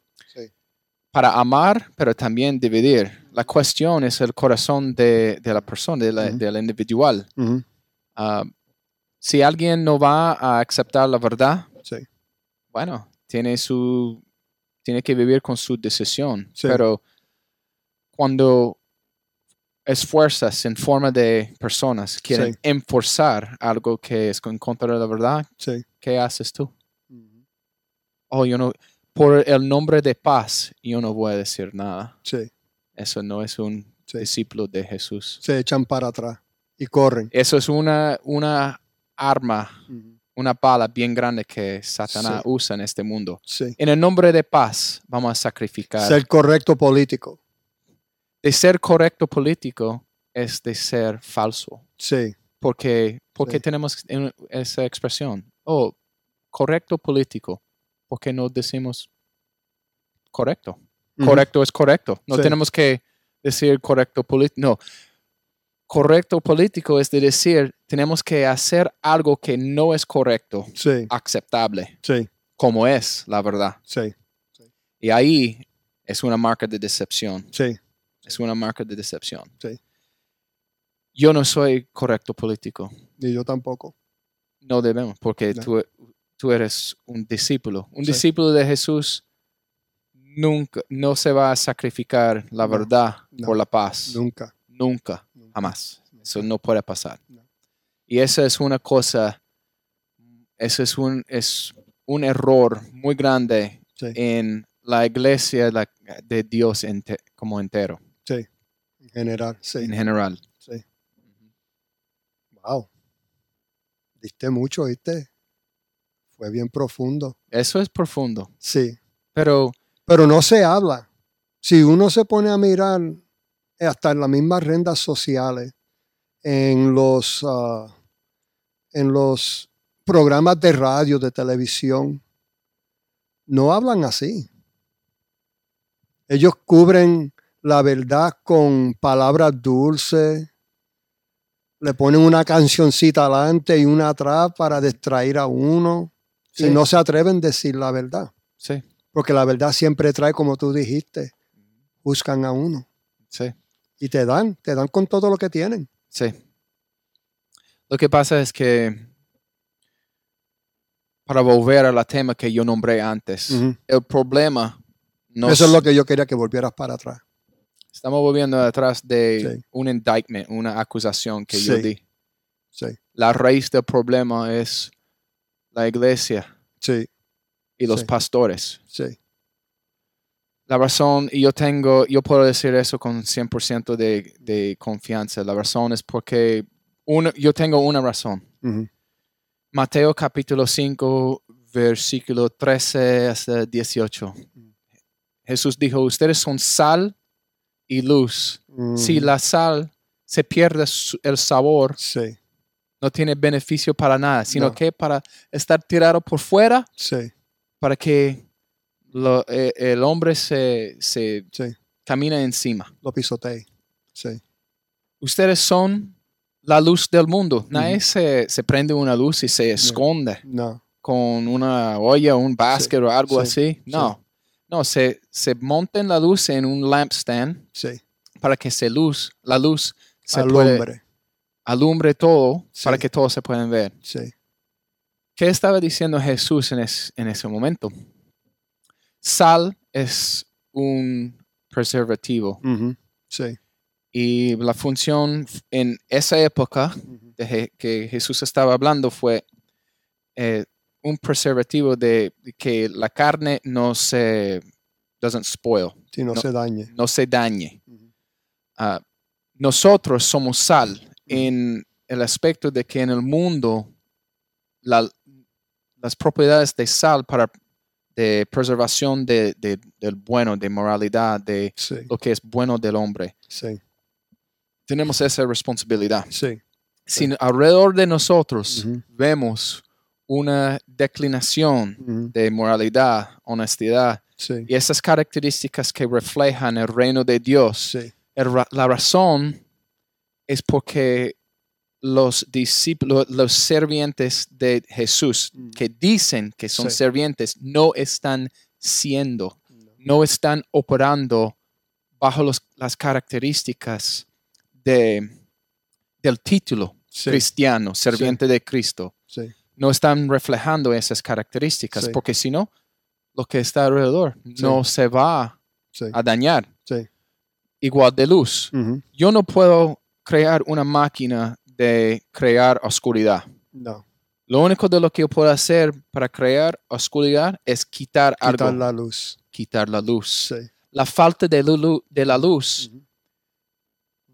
[SPEAKER 2] para amar, pero también dividir. La cuestión es el corazón de, de la persona, de la-
[SPEAKER 1] Ujú.
[SPEAKER 2] del individual.
[SPEAKER 1] Ujú,
[SPEAKER 2] Ah, si alguien no va a aceptar la verdad,
[SPEAKER 1] Sí.
[SPEAKER 2] bueno, tiene, su, tiene que vivir con su decisión.
[SPEAKER 1] Sí.
[SPEAKER 2] Pero cuando esfuerzas en forma de personas, quieren
[SPEAKER 1] Sí.
[SPEAKER 2] enforzar algo que es en contra de la verdad,
[SPEAKER 1] Sí.
[SPEAKER 2] ¿qué haces tú? Oh, yo no, por el nombre de paz, yo no voy a decir nada.
[SPEAKER 1] Sí.
[SPEAKER 2] Eso no es un
[SPEAKER 1] Sí.
[SPEAKER 2] discípulo de Jesús.
[SPEAKER 1] Se echan para atrás y corren.
[SPEAKER 2] Eso es una, una arma,
[SPEAKER 1] Ujú,
[SPEAKER 2] una bala bien grande que
[SPEAKER 1] Sí.
[SPEAKER 2] Satanás usa en este mundo.
[SPEAKER 1] Sí.
[SPEAKER 2] En el nombre de paz, vamos a sacrificar.
[SPEAKER 1] Ser correcto político.
[SPEAKER 2] de ser correcto político es de ser falso.
[SPEAKER 1] Sí.
[SPEAKER 2] Porque, ¿Por qué
[SPEAKER 1] Sí.
[SPEAKER 2] tenemos en- esa expresión? Oh, correcto político. ¿Por qué no decimos correcto?
[SPEAKER 1] Ujú,
[SPEAKER 2] correcto es correcto. No
[SPEAKER 1] Sí.
[SPEAKER 2] tenemos que decir correcto político. No. Correcto político es de decir, tenemos que hacer algo que no es correcto,
[SPEAKER 1] Sí.
[SPEAKER 2] aceptable,
[SPEAKER 1] Sí.
[SPEAKER 2] como es la verdad.
[SPEAKER 1] Sí.
[SPEAKER 2] Y ahí es una marca de decepción.
[SPEAKER 1] Sí.
[SPEAKER 2] Es una marca de decepción.
[SPEAKER 1] Sí.
[SPEAKER 2] Yo no soy correcto político.
[SPEAKER 1] Y yo tampoco.
[SPEAKER 2] No debemos, porque
[SPEAKER 1] No.
[SPEAKER 2] tú, tú eres un discípulo. Un
[SPEAKER 1] Sí.
[SPEAKER 2] discípulo de Jesús nunca, no se va a sacrificar la
[SPEAKER 1] No,
[SPEAKER 2] verdad
[SPEAKER 1] no,
[SPEAKER 2] por la paz.
[SPEAKER 1] Nunca.
[SPEAKER 2] Nunca.
[SPEAKER 1] nunca.
[SPEAKER 2] jamás. Eso
[SPEAKER 1] Nunca.
[SPEAKER 2] no puede pasar.
[SPEAKER 1] No.
[SPEAKER 2] Y esa es una cosa, eso es un, es un error muy grande
[SPEAKER 1] Sí.
[SPEAKER 2] en la iglesia la- de Dios ente- como entero,
[SPEAKER 1] En general. Sí.
[SPEAKER 2] en general.
[SPEAKER 1] Sí. Wow. Diste mucho, ¿viste? Fue bien profundo.
[SPEAKER 2] Eso es profundo,
[SPEAKER 1] Sí.
[SPEAKER 2] pero
[SPEAKER 1] pero no se habla. Si uno se pone a mirar eh, hasta en las mismas rendas sociales, en los, ah, en los programas de radio, de televisión, no hablan así. Ellos cubren la verdad con palabras dulces, le ponen una cancioncita adelante y una atrás para distraer a uno
[SPEAKER 2] Sí.
[SPEAKER 1] y no se atreven a decir la verdad,
[SPEAKER 2] Sí,
[SPEAKER 1] porque la verdad siempre trae, como tú dijiste, buscan a uno
[SPEAKER 2] sí,
[SPEAKER 1] y te dan, te dan con todo lo que tienen.
[SPEAKER 2] sí. Lo que pasa es que, para volver al tema que yo nombré antes,
[SPEAKER 1] Ujú.
[SPEAKER 2] el problema no
[SPEAKER 1] Eso es lo que yo quería que volvieras para atrás.
[SPEAKER 2] Estamos volviendo atrás de
[SPEAKER 1] Sí.
[SPEAKER 2] un indictment, una acusación que yo
[SPEAKER 1] Sí.
[SPEAKER 2] di.
[SPEAKER 1] Sí,
[SPEAKER 2] La raíz del problema es la iglesia
[SPEAKER 1] sí,
[SPEAKER 2] y los
[SPEAKER 1] Sí.
[SPEAKER 2] pastores.
[SPEAKER 1] sí.
[SPEAKER 2] La razón, y yo tengo, yo puedo decir eso con 100% de, de confianza, la razón es porque uno, yo tengo una razón.
[SPEAKER 1] Ujú.
[SPEAKER 2] Mateo capítulo 5, versículo 13 hasta 18. Jesús dijo, ustedes son sal y luz. Si
[SPEAKER 1] Ujú.
[SPEAKER 2] la sal se pierde su- el sabor,
[SPEAKER 1] Sí,
[SPEAKER 2] no tiene beneficio para nada, sino
[SPEAKER 1] No.
[SPEAKER 2] que para estar tirado por fuera,
[SPEAKER 1] sí,
[SPEAKER 2] para que lo- eh, el hombre se, se
[SPEAKER 1] Sí.
[SPEAKER 2] camina encima.
[SPEAKER 1] lo pisoteé. Sí,
[SPEAKER 2] Ustedes son la luz del mundo. Nadie se, se prende una luz y se esconde
[SPEAKER 1] no,
[SPEAKER 2] con una olla, un basket o algo
[SPEAKER 1] sí,
[SPEAKER 2] así. No, no, se, se monta en la luz en un lampstand
[SPEAKER 1] sí.
[SPEAKER 2] para que se luz, la luz se
[SPEAKER 1] Al
[SPEAKER 2] puede-
[SPEAKER 1] hombre,
[SPEAKER 2] alumbre todo para
[SPEAKER 1] Sí.
[SPEAKER 2] que todos se puedan ver.
[SPEAKER 1] sí.
[SPEAKER 2] ¿Qué estaba diciendo Jesús en, es- en ese momento? Sal es un preservativo
[SPEAKER 1] Ujú. Sí.
[SPEAKER 2] y la función f- en esa época
[SPEAKER 1] Ujú.
[SPEAKER 2] de Je- que Jesús estaba hablando fue eh, un preservativo de que la carne no se doesn't spoil,
[SPEAKER 1] Si no,
[SPEAKER 2] No.
[SPEAKER 1] se dañe.
[SPEAKER 2] no se dañe.
[SPEAKER 1] Ujú.
[SPEAKER 2] Ah, nosotros somos sal en el aspecto de que en el mundo la- las propiedades de sal para de preservación de- de- del bueno, de moralidad, de
[SPEAKER 1] Sí,
[SPEAKER 2] lo que es bueno del hombre.
[SPEAKER 1] sí,
[SPEAKER 2] Tenemos esa responsabilidad.
[SPEAKER 1] sí.
[SPEAKER 2] Si alrededor de nosotros
[SPEAKER 1] Ujú.
[SPEAKER 2] vemos una declinación
[SPEAKER 1] Ujú.
[SPEAKER 2] de moralidad, honestidad
[SPEAKER 1] Sí,
[SPEAKER 2] y esas características que reflejan el reino de Dios,
[SPEAKER 1] sí,
[SPEAKER 2] el ra- la razón es porque los discípulos, los servientes de Jesús,
[SPEAKER 1] Mm.
[SPEAKER 2] que dicen que son
[SPEAKER 1] Sí.
[SPEAKER 2] servientes, no están siendo, no están operando bajo los- las características de, del título
[SPEAKER 1] sí,
[SPEAKER 2] cristiano, serviente de Cristo.
[SPEAKER 1] sí,
[SPEAKER 2] No están reflejando esas características,
[SPEAKER 1] Sí.
[SPEAKER 2] porque si no, lo que está alrededor no se va
[SPEAKER 1] sí.
[SPEAKER 2] a dañar.
[SPEAKER 1] Sí.
[SPEAKER 2] Igual de luz
[SPEAKER 1] Ujú.
[SPEAKER 2] yo no puedo crear una máquina de crear oscuridad.
[SPEAKER 1] No,
[SPEAKER 2] Lo único de lo que yo puedo hacer para crear oscuridad es quitar,
[SPEAKER 1] quitar
[SPEAKER 2] algo,
[SPEAKER 1] la luz.
[SPEAKER 2] quitar la luz.
[SPEAKER 1] Sí.
[SPEAKER 2] La falta de, lulu- de la luz
[SPEAKER 1] Ujú.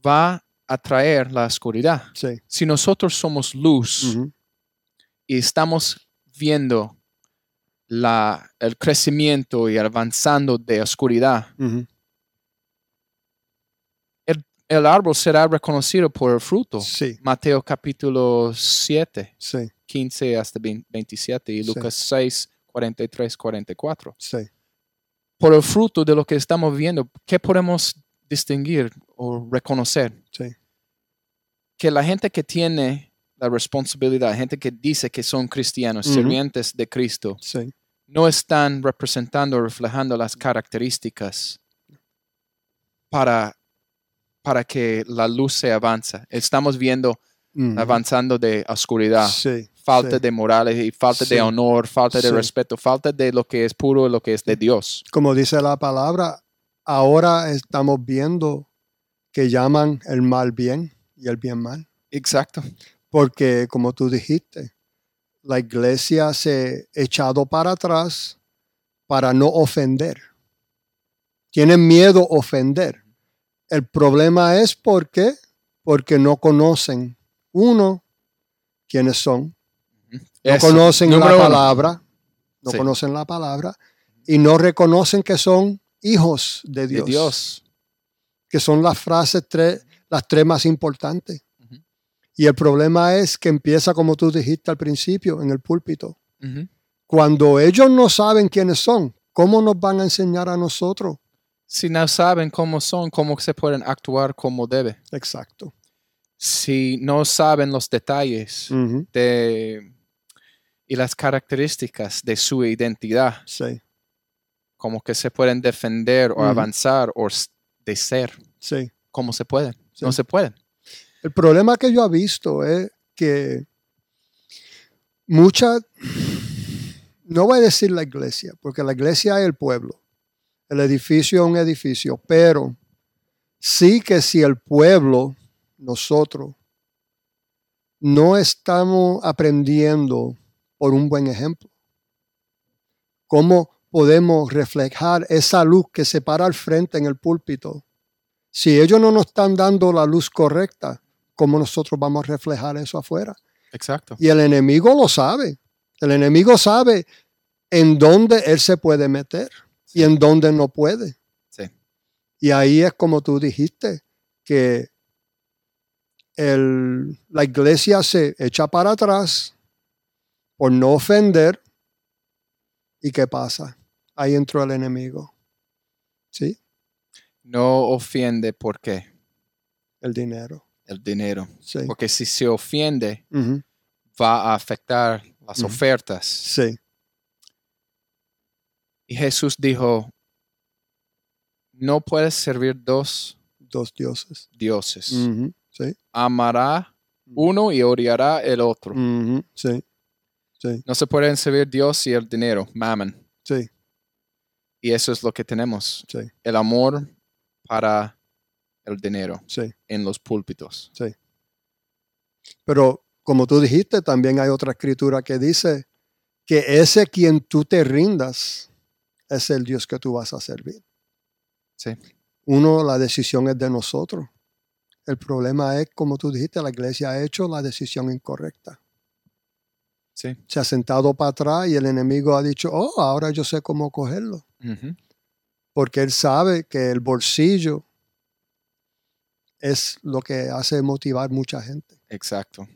[SPEAKER 2] va a traer la oscuridad.
[SPEAKER 1] Sí.
[SPEAKER 2] Si nosotros somos luz
[SPEAKER 1] Ujú.
[SPEAKER 2] y estamos viendo la, el crecimiento y avanzando de oscuridad,
[SPEAKER 1] Ujú.
[SPEAKER 2] el árbol será reconocido por el fruto.
[SPEAKER 1] Sí,
[SPEAKER 2] Mateo capítulo 7.
[SPEAKER 1] sí,
[SPEAKER 2] 15 hasta 20 27 y
[SPEAKER 1] Sí.
[SPEAKER 2] Lucas 6, 43, 44.
[SPEAKER 1] sí.
[SPEAKER 2] Por el fruto de lo que estamos viendo, ¿qué podemos distinguir o reconocer?
[SPEAKER 1] Sí.
[SPEAKER 2] Que la gente que tiene la responsabilidad, gente que dice que son cristianos,
[SPEAKER 1] Ujú.
[SPEAKER 2] sirvientes de Cristo,
[SPEAKER 1] Sí,
[SPEAKER 2] no están representando o reflejando las características para, para que la luz se avanza. Estamos viendo
[SPEAKER 1] Ujú.
[SPEAKER 2] avanzando de oscuridad
[SPEAKER 1] sí,
[SPEAKER 2] falta
[SPEAKER 1] sí.
[SPEAKER 2] de morales y falta
[SPEAKER 1] Sí.
[SPEAKER 2] de honor, falta de
[SPEAKER 1] Sí.
[SPEAKER 2] respeto, falta de lo que es puro y lo que es de Dios.
[SPEAKER 1] Como dice la palabra, ahora estamos viendo que llaman el mal bien y el bien mal.
[SPEAKER 2] Exacto.
[SPEAKER 1] porque como tú dijiste, la iglesia se ha echado para atrás para no ofender. Tienen miedo a ofender. El problema es por qué? Porque no conocen, uno, quiénes son, no conocen la palabra, no
[SPEAKER 2] Sí.
[SPEAKER 1] conocen la palabra y no reconocen que son hijos de
[SPEAKER 2] de
[SPEAKER 1] Dios,
[SPEAKER 2] Dios.
[SPEAKER 1] que son las frases tres, las tres más importantes.
[SPEAKER 2] Ujú.
[SPEAKER 1] Y el problema es que empieza como tú dijiste al principio, en el púlpito.
[SPEAKER 2] Ujú.
[SPEAKER 1] Cuando ellos no saben quiénes son, ¿cómo nos van a enseñar a nosotros?
[SPEAKER 2] Si no saben cómo son, cómo se pueden actuar como debe.
[SPEAKER 1] Exacto.
[SPEAKER 2] Si no saben los detalles
[SPEAKER 1] Ujú,
[SPEAKER 2] de, y las características de su identidad,
[SPEAKER 1] Sí,
[SPEAKER 2] como que se pueden defender o
[SPEAKER 1] Ujú.
[SPEAKER 2] avanzar o s- de ser,
[SPEAKER 1] sí.
[SPEAKER 2] como se pueden.
[SPEAKER 1] Sí.
[SPEAKER 2] No se pueden.
[SPEAKER 1] El problema que yo he visto es que muchas, no voy a decir la iglesia, porque la iglesia es el pueblo, el edificio es un edificio, pero sí que si el pueblo, nosotros, no estamos aprendiendo por un buen ejemplo, cómo podemos reflejar esa luz que se para al frente en el púlpito. Si ellos no nos están dando la luz correcta, cómo nosotros vamos a reflejar eso afuera.
[SPEAKER 2] Exacto.
[SPEAKER 1] Y el enemigo lo sabe. El enemigo sabe en dónde él se puede meter y en dónde no puede.
[SPEAKER 2] Sí.
[SPEAKER 1] Y ahí es como tú dijiste, que el- la iglesia se echa para atrás por no ofender. ¿Y qué pasa? Ahí entró el enemigo. ¿Sí?
[SPEAKER 2] No ofende porque
[SPEAKER 1] El dinero.
[SPEAKER 2] el dinero.
[SPEAKER 1] Sí.
[SPEAKER 2] Porque si se ofende,
[SPEAKER 1] Ujú.
[SPEAKER 2] va a afectar las
[SPEAKER 1] Ujú.
[SPEAKER 2] ofertas.
[SPEAKER 1] Sí.
[SPEAKER 2] Y Jesús dijo, no puedes servir dos
[SPEAKER 1] Dos dioses.
[SPEAKER 2] dioses.
[SPEAKER 1] Ujú. Sí.
[SPEAKER 2] Amará uno y odiará el
[SPEAKER 1] Mm.
[SPEAKER 2] otro.
[SPEAKER 1] Ujú. Sí. Sí.
[SPEAKER 2] No se pueden servir Dios y el dinero, mammon.
[SPEAKER 1] Sí.
[SPEAKER 2] Y eso es lo que tenemos.
[SPEAKER 1] Sí.
[SPEAKER 2] El amor para el dinero
[SPEAKER 1] Sí.
[SPEAKER 2] en los púlpitos.
[SPEAKER 1] Pero como tú dijiste, también hay otra escritura que dice que ese quien tú te rindas es el Dios que tú vas a servir.
[SPEAKER 2] Sí.
[SPEAKER 1] Uno, la decisión es de nosotros. El problema es, como tú dijiste, la iglesia ha hecho la decisión incorrecta.
[SPEAKER 2] Sí.
[SPEAKER 1] Se ha sentado para atrás y el enemigo ha dicho, oh, ahora yo sé cómo cogerlo.
[SPEAKER 2] Ujú.
[SPEAKER 1] porque él sabe que el bolsillo es lo que hace motivar mucha gente.
[SPEAKER 2] Exacto.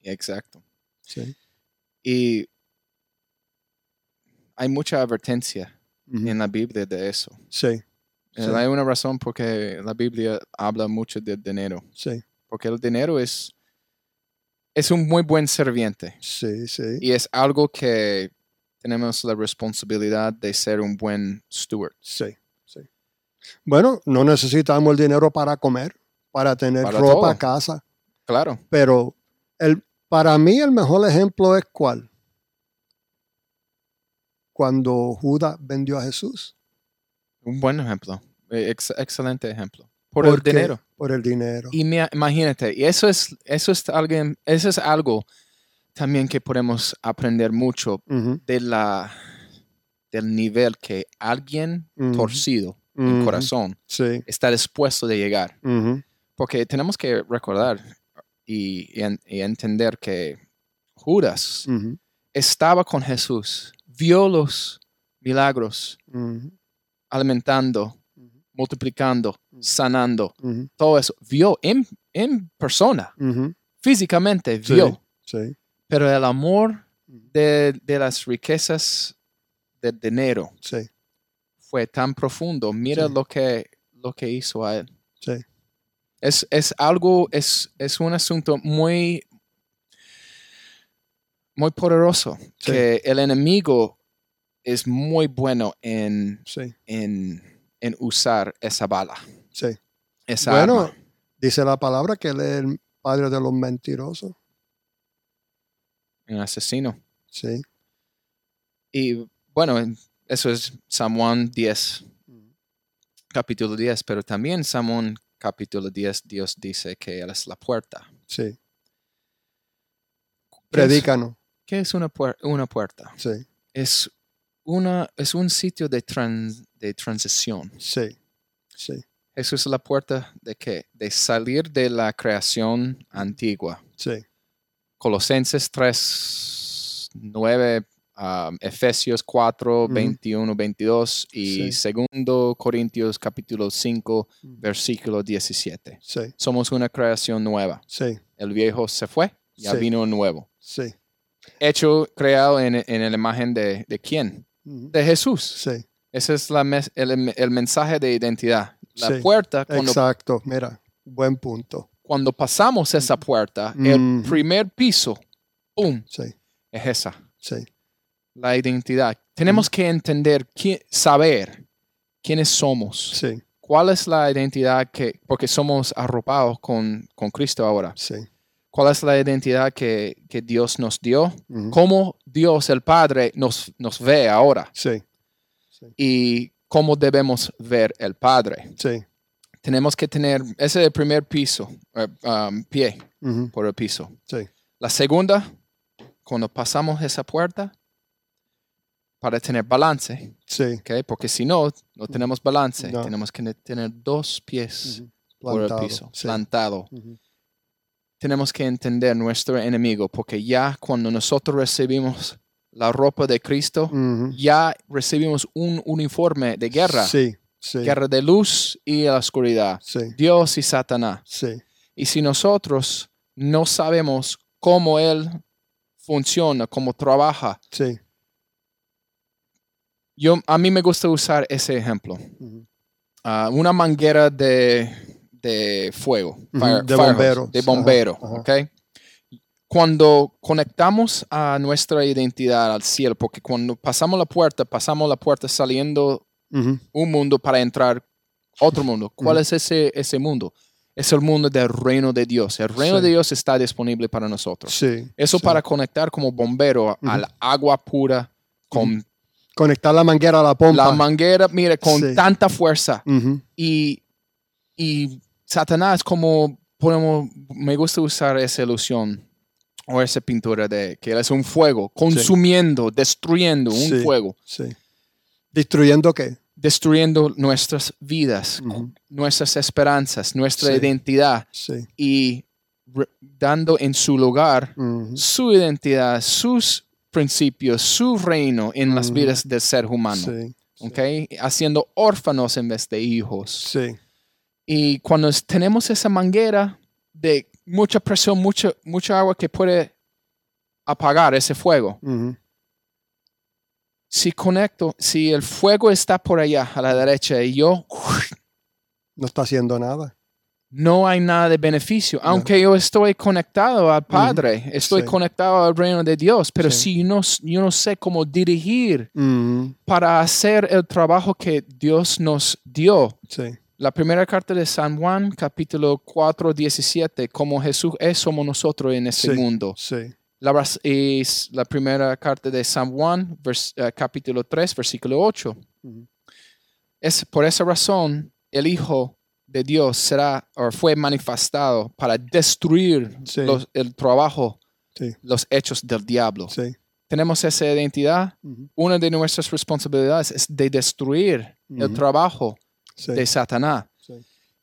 [SPEAKER 2] Exacto.
[SPEAKER 1] Sí.
[SPEAKER 2] Y hay mucha advertencia
[SPEAKER 1] Ujú.
[SPEAKER 2] en la Biblia de eso.
[SPEAKER 1] Sí,
[SPEAKER 2] Eh,
[SPEAKER 1] Sí.
[SPEAKER 2] Hay una razón por qué la Biblia habla mucho del dinero.
[SPEAKER 1] sí,
[SPEAKER 2] Porque el dinero es, es un muy buen serviente.
[SPEAKER 1] sí, sí,
[SPEAKER 2] Y es algo que tenemos la responsabilidad de ser un buen steward.
[SPEAKER 1] sí, sí. Bueno, no necesitamos el dinero para comer, para tener
[SPEAKER 2] Para
[SPEAKER 1] ropa,
[SPEAKER 2] todo.
[SPEAKER 1] casa,
[SPEAKER 2] Claro.
[SPEAKER 1] pero el, para mí el mejor ejemplo es cuál. Cuando Judas vendió a Jesús.
[SPEAKER 2] Un buen ejemplo. Eh, ex- excelente ejemplo. Por el
[SPEAKER 1] Porque-
[SPEAKER 2] dinero.
[SPEAKER 1] Por el dinero.
[SPEAKER 2] Y mira, imagínate, y eso es, eso es alguien, eso es algo también que podemos aprender mucho
[SPEAKER 1] Ujú,
[SPEAKER 2] de la del nivel que alguien
[SPEAKER 1] ujú,
[SPEAKER 2] torcido en
[SPEAKER 1] ujú.
[SPEAKER 2] corazón
[SPEAKER 1] Sí.
[SPEAKER 2] está dispuesto de llegar.
[SPEAKER 1] ujú,
[SPEAKER 2] Porque tenemos que recordar y, y en- y entender que Judas
[SPEAKER 1] ujú,
[SPEAKER 2] estaba con Jesús, vio los milagros,
[SPEAKER 1] ujú,
[SPEAKER 2] alimentando,
[SPEAKER 1] ujú,
[SPEAKER 2] multiplicando,
[SPEAKER 1] Mm.
[SPEAKER 2] sanando,
[SPEAKER 1] ujú,
[SPEAKER 2] todo eso. Vio en, en persona,
[SPEAKER 1] ujú.
[SPEAKER 2] físicamente
[SPEAKER 1] Sí,
[SPEAKER 2] vio,
[SPEAKER 1] Sí.
[SPEAKER 2] pero el amor
[SPEAKER 1] Ujú.
[SPEAKER 2] de, de las riquezas del dinero
[SPEAKER 1] Sí,
[SPEAKER 2] fue tan profundo. Mira
[SPEAKER 1] Sí.
[SPEAKER 2] lo, que, lo que hizo a él.
[SPEAKER 1] sí,
[SPEAKER 2] Es, es algo, es, es un asunto muy, muy poderoso.
[SPEAKER 1] Sí.
[SPEAKER 2] Que el enemigo es muy bueno en,
[SPEAKER 1] sí,
[SPEAKER 2] en, en usar esa bala,
[SPEAKER 1] sí.
[SPEAKER 2] esa
[SPEAKER 1] Bueno,
[SPEAKER 2] arma.
[SPEAKER 1] Dice la palabra que él es el padre de los mentirosos.
[SPEAKER 2] Un asesino.
[SPEAKER 1] Sí.
[SPEAKER 2] Y bueno, en- eso es San Juan 10, capítulo 10, pero también San Juan capítulo 10, Dios dice que Él es la puerta.
[SPEAKER 1] Sí.
[SPEAKER 2] ¿Qué es-
[SPEAKER 1] Predícanos.
[SPEAKER 2] ¿Qué es una, puer- una puerta?
[SPEAKER 1] Sí,
[SPEAKER 2] Es, una, es un sitio de, trans- de transición.
[SPEAKER 1] sí, sí,
[SPEAKER 2] Eso es la puerta de qué? De salir de la creación antigua.
[SPEAKER 1] sí,
[SPEAKER 2] Colosenses 3, 9, um, Efesios 4,
[SPEAKER 1] Ujú.
[SPEAKER 2] 21, 22 y
[SPEAKER 1] Sí.
[SPEAKER 2] segundo Corintios capítulo 5, versículo 17.
[SPEAKER 1] sí,
[SPEAKER 2] Somos una creación nueva.
[SPEAKER 1] sí,
[SPEAKER 2] El viejo se fue, ya
[SPEAKER 1] Sí.
[SPEAKER 2] vino un nuevo.
[SPEAKER 1] sí.
[SPEAKER 2] hecho, creado en, en la imagen de, de quién?
[SPEAKER 1] Ujú.
[SPEAKER 2] De Jesús.
[SPEAKER 1] Sí,
[SPEAKER 2] Ese es la mes- el, el mensaje de identidad. La
[SPEAKER 1] Sí,
[SPEAKER 2] puerta, cuando,
[SPEAKER 1] exacto. Mira, buen punto.
[SPEAKER 2] cuando pasamos esa puerta,
[SPEAKER 1] Mm.
[SPEAKER 2] el primer piso, ¡pum!
[SPEAKER 1] Sí,
[SPEAKER 2] Es esa,
[SPEAKER 1] sí.
[SPEAKER 2] la identidad.
[SPEAKER 1] Mm.
[SPEAKER 2] Tenemos que entender, qui- saber quiénes somos.
[SPEAKER 1] Sí,
[SPEAKER 2] ¿Cuál es la identidad que, porque somos arropados con, con Cristo ahora?
[SPEAKER 1] sí.
[SPEAKER 2] ¿Cuál es la identidad que, que Dios nos dio?
[SPEAKER 1] Ujú.
[SPEAKER 2] ¿Cómo Dios el Padre nos, nos ve ahora?
[SPEAKER 1] Sí,
[SPEAKER 2] ¿Y cómo debemos ver el Padre?
[SPEAKER 1] sí.
[SPEAKER 2] Tenemos que tener, ese es el primer piso, eh, um, pie
[SPEAKER 1] Ujú.
[SPEAKER 2] por el piso.
[SPEAKER 1] Sí.
[SPEAKER 2] La segunda, cuando pasamos esa puerta, para tener balance,
[SPEAKER 1] Sí.
[SPEAKER 2] ¿ok? porque si no, no tenemos balance.
[SPEAKER 1] No.
[SPEAKER 2] Tenemos que ne- tener dos pies
[SPEAKER 1] Ujú.
[SPEAKER 2] por
[SPEAKER 1] Plantado,
[SPEAKER 2] el piso,
[SPEAKER 1] sí.
[SPEAKER 2] plantado.
[SPEAKER 1] Ujú.
[SPEAKER 2] Tenemos que entender nuestro enemigo, porque ya cuando nosotros recibimos la ropa de Cristo,
[SPEAKER 1] Ujú.
[SPEAKER 2] ya recibimos un uniforme de guerra,
[SPEAKER 1] Sí, sí.
[SPEAKER 2] guerra de luz y la oscuridad,
[SPEAKER 1] Sí,
[SPEAKER 2] Dios y Satanás.
[SPEAKER 1] sí.
[SPEAKER 2] Y si nosotros no sabemos cómo Él funciona, cómo trabaja,
[SPEAKER 1] Sí.
[SPEAKER 2] yo, a mí me gusta usar ese ejemplo.
[SPEAKER 1] Ujú.
[SPEAKER 2] Ah, una manguera de, de fuego,
[SPEAKER 1] Ujú,
[SPEAKER 2] fire-
[SPEAKER 1] de
[SPEAKER 2] fire hose,
[SPEAKER 1] bomberos,
[SPEAKER 2] de
[SPEAKER 1] ajá,
[SPEAKER 2] bombero,
[SPEAKER 1] ajá.
[SPEAKER 2] ¿ok? Cuando conectamos a nuestra identidad al cielo, porque cuando pasamos la puerta, pasamos la puerta saliendo
[SPEAKER 1] Ujú.
[SPEAKER 2] un mundo para entrar otro mundo. ¿Cuál
[SPEAKER 1] Ujú.
[SPEAKER 2] es ese, ese mundo? Es el mundo del reino de Dios. El reino
[SPEAKER 1] Sí.
[SPEAKER 2] de Dios está disponible para nosotros.
[SPEAKER 1] Sí.
[SPEAKER 2] Eso
[SPEAKER 1] sí.
[SPEAKER 2] para conectar como bombero al agua pura con
[SPEAKER 1] conectar la manguera a la pompa.
[SPEAKER 2] la manguera, mire, con
[SPEAKER 1] Sí.
[SPEAKER 2] tanta fuerza.
[SPEAKER 1] Ujú.
[SPEAKER 2] Y, y Satanás, como podemos, me gusta usar esa ilusión o esa pintura de que él es un fuego, consumiendo, destruyendo un
[SPEAKER 1] Sí.
[SPEAKER 2] fuego,
[SPEAKER 1] Sí. ¿Destruyendo qué?
[SPEAKER 2] destruyendo nuestras vidas,
[SPEAKER 1] Ujú.
[SPEAKER 2] cu- nuestras esperanzas, nuestra
[SPEAKER 1] Sí.
[SPEAKER 2] identidad
[SPEAKER 1] Sí.
[SPEAKER 2] y re- dando en su lugar
[SPEAKER 1] Ujú.
[SPEAKER 2] su identidad, sus principios, su reino en las
[SPEAKER 1] Ujú.
[SPEAKER 2] vidas del ser humano.
[SPEAKER 1] Sí. sí,
[SPEAKER 2] ¿ok? Haciendo órfanos en vez de hijos.
[SPEAKER 1] Sí.
[SPEAKER 2] Y cuando es- tenemos esa manguera de mucha presión, mucha, mucha agua que puede apagar ese fuego.
[SPEAKER 1] Ujú.
[SPEAKER 2] Si conecto, si el fuego está por allá a la derecha y yo,
[SPEAKER 1] No está haciendo nada.
[SPEAKER 2] no hay nada de beneficio.
[SPEAKER 1] No.
[SPEAKER 2] Aunque yo estoy conectado al Padre, estoy
[SPEAKER 1] Sí.
[SPEAKER 2] conectado al reino de Dios, pero
[SPEAKER 1] Sí.
[SPEAKER 2] si no, s- yo no sé cómo dirigir
[SPEAKER 1] Ujú.
[SPEAKER 2] para hacer el trabajo que Dios nos dio,
[SPEAKER 1] Sí.
[SPEAKER 2] La primera carta de San Juan, capítulo 4, 17, como Jesús es, somos nosotros en este
[SPEAKER 1] Sí.
[SPEAKER 2] mundo.
[SPEAKER 1] Sí.
[SPEAKER 2] La, vers- es la primera carta de San Juan, vers- eh, capítulo 3, versículo 8.
[SPEAKER 1] Ujú.
[SPEAKER 2] Es por esa razón el Hijo de Dios será o fue manifestado para destruir
[SPEAKER 1] Sí.
[SPEAKER 2] los- el trabajo,
[SPEAKER 1] Sí.
[SPEAKER 2] los hechos del diablo.
[SPEAKER 1] Sí.
[SPEAKER 2] Tenemos esa identidad.
[SPEAKER 1] Ujú.
[SPEAKER 2] Una de nuestras responsabilidades es de destruir el
[SPEAKER 1] Ujú.
[SPEAKER 2] trabajo
[SPEAKER 1] Sí.
[SPEAKER 2] de Satanás.
[SPEAKER 1] Sí.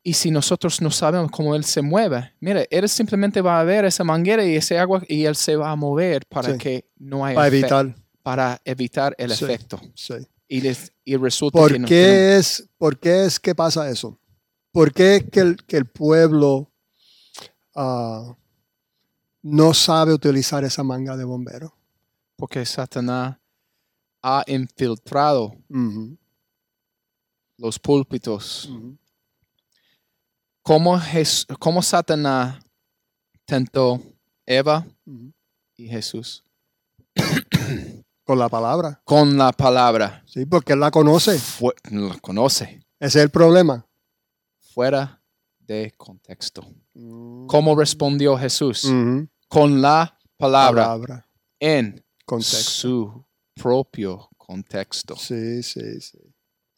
[SPEAKER 2] Y si nosotros no sabemos cómo él se mueve, mire, él simplemente va a ver esa manguera y ese agua y él se va a mover para
[SPEAKER 1] Sí.
[SPEAKER 2] que no haya
[SPEAKER 1] Para
[SPEAKER 2] efe-
[SPEAKER 1] evitar.
[SPEAKER 2] para evitar el
[SPEAKER 1] Sí.
[SPEAKER 2] efecto.
[SPEAKER 1] Sí.
[SPEAKER 2] Y, des- y resulta
[SPEAKER 1] ¿Por
[SPEAKER 2] que no tenemos-
[SPEAKER 1] qué, es, ¿Por qué es que pasa eso? ¿Por qué es que el, que el pueblo ah, no sabe utilizar esa manga de bombero?
[SPEAKER 2] porque Satanás ha infiltrado
[SPEAKER 1] Ujú,
[SPEAKER 2] los púlpitos.
[SPEAKER 1] ujú.
[SPEAKER 2] Como Jes- como Satanás tentó Eva
[SPEAKER 1] Ujú.
[SPEAKER 2] y Jesús
[SPEAKER 1] Con la palabra,
[SPEAKER 2] con la palabra?
[SPEAKER 1] sí, porque él la conoce.
[SPEAKER 2] Fue- lo conoce.
[SPEAKER 1] Ese es el problema.
[SPEAKER 2] Fuera de contexto. ¿Cómo respondió Jesús?
[SPEAKER 1] Ujú,
[SPEAKER 2] con la palabra,
[SPEAKER 1] Mm. Palabra,
[SPEAKER 2] en
[SPEAKER 1] contexto.
[SPEAKER 2] su propio contexto.
[SPEAKER 1] Sí, sí, sí.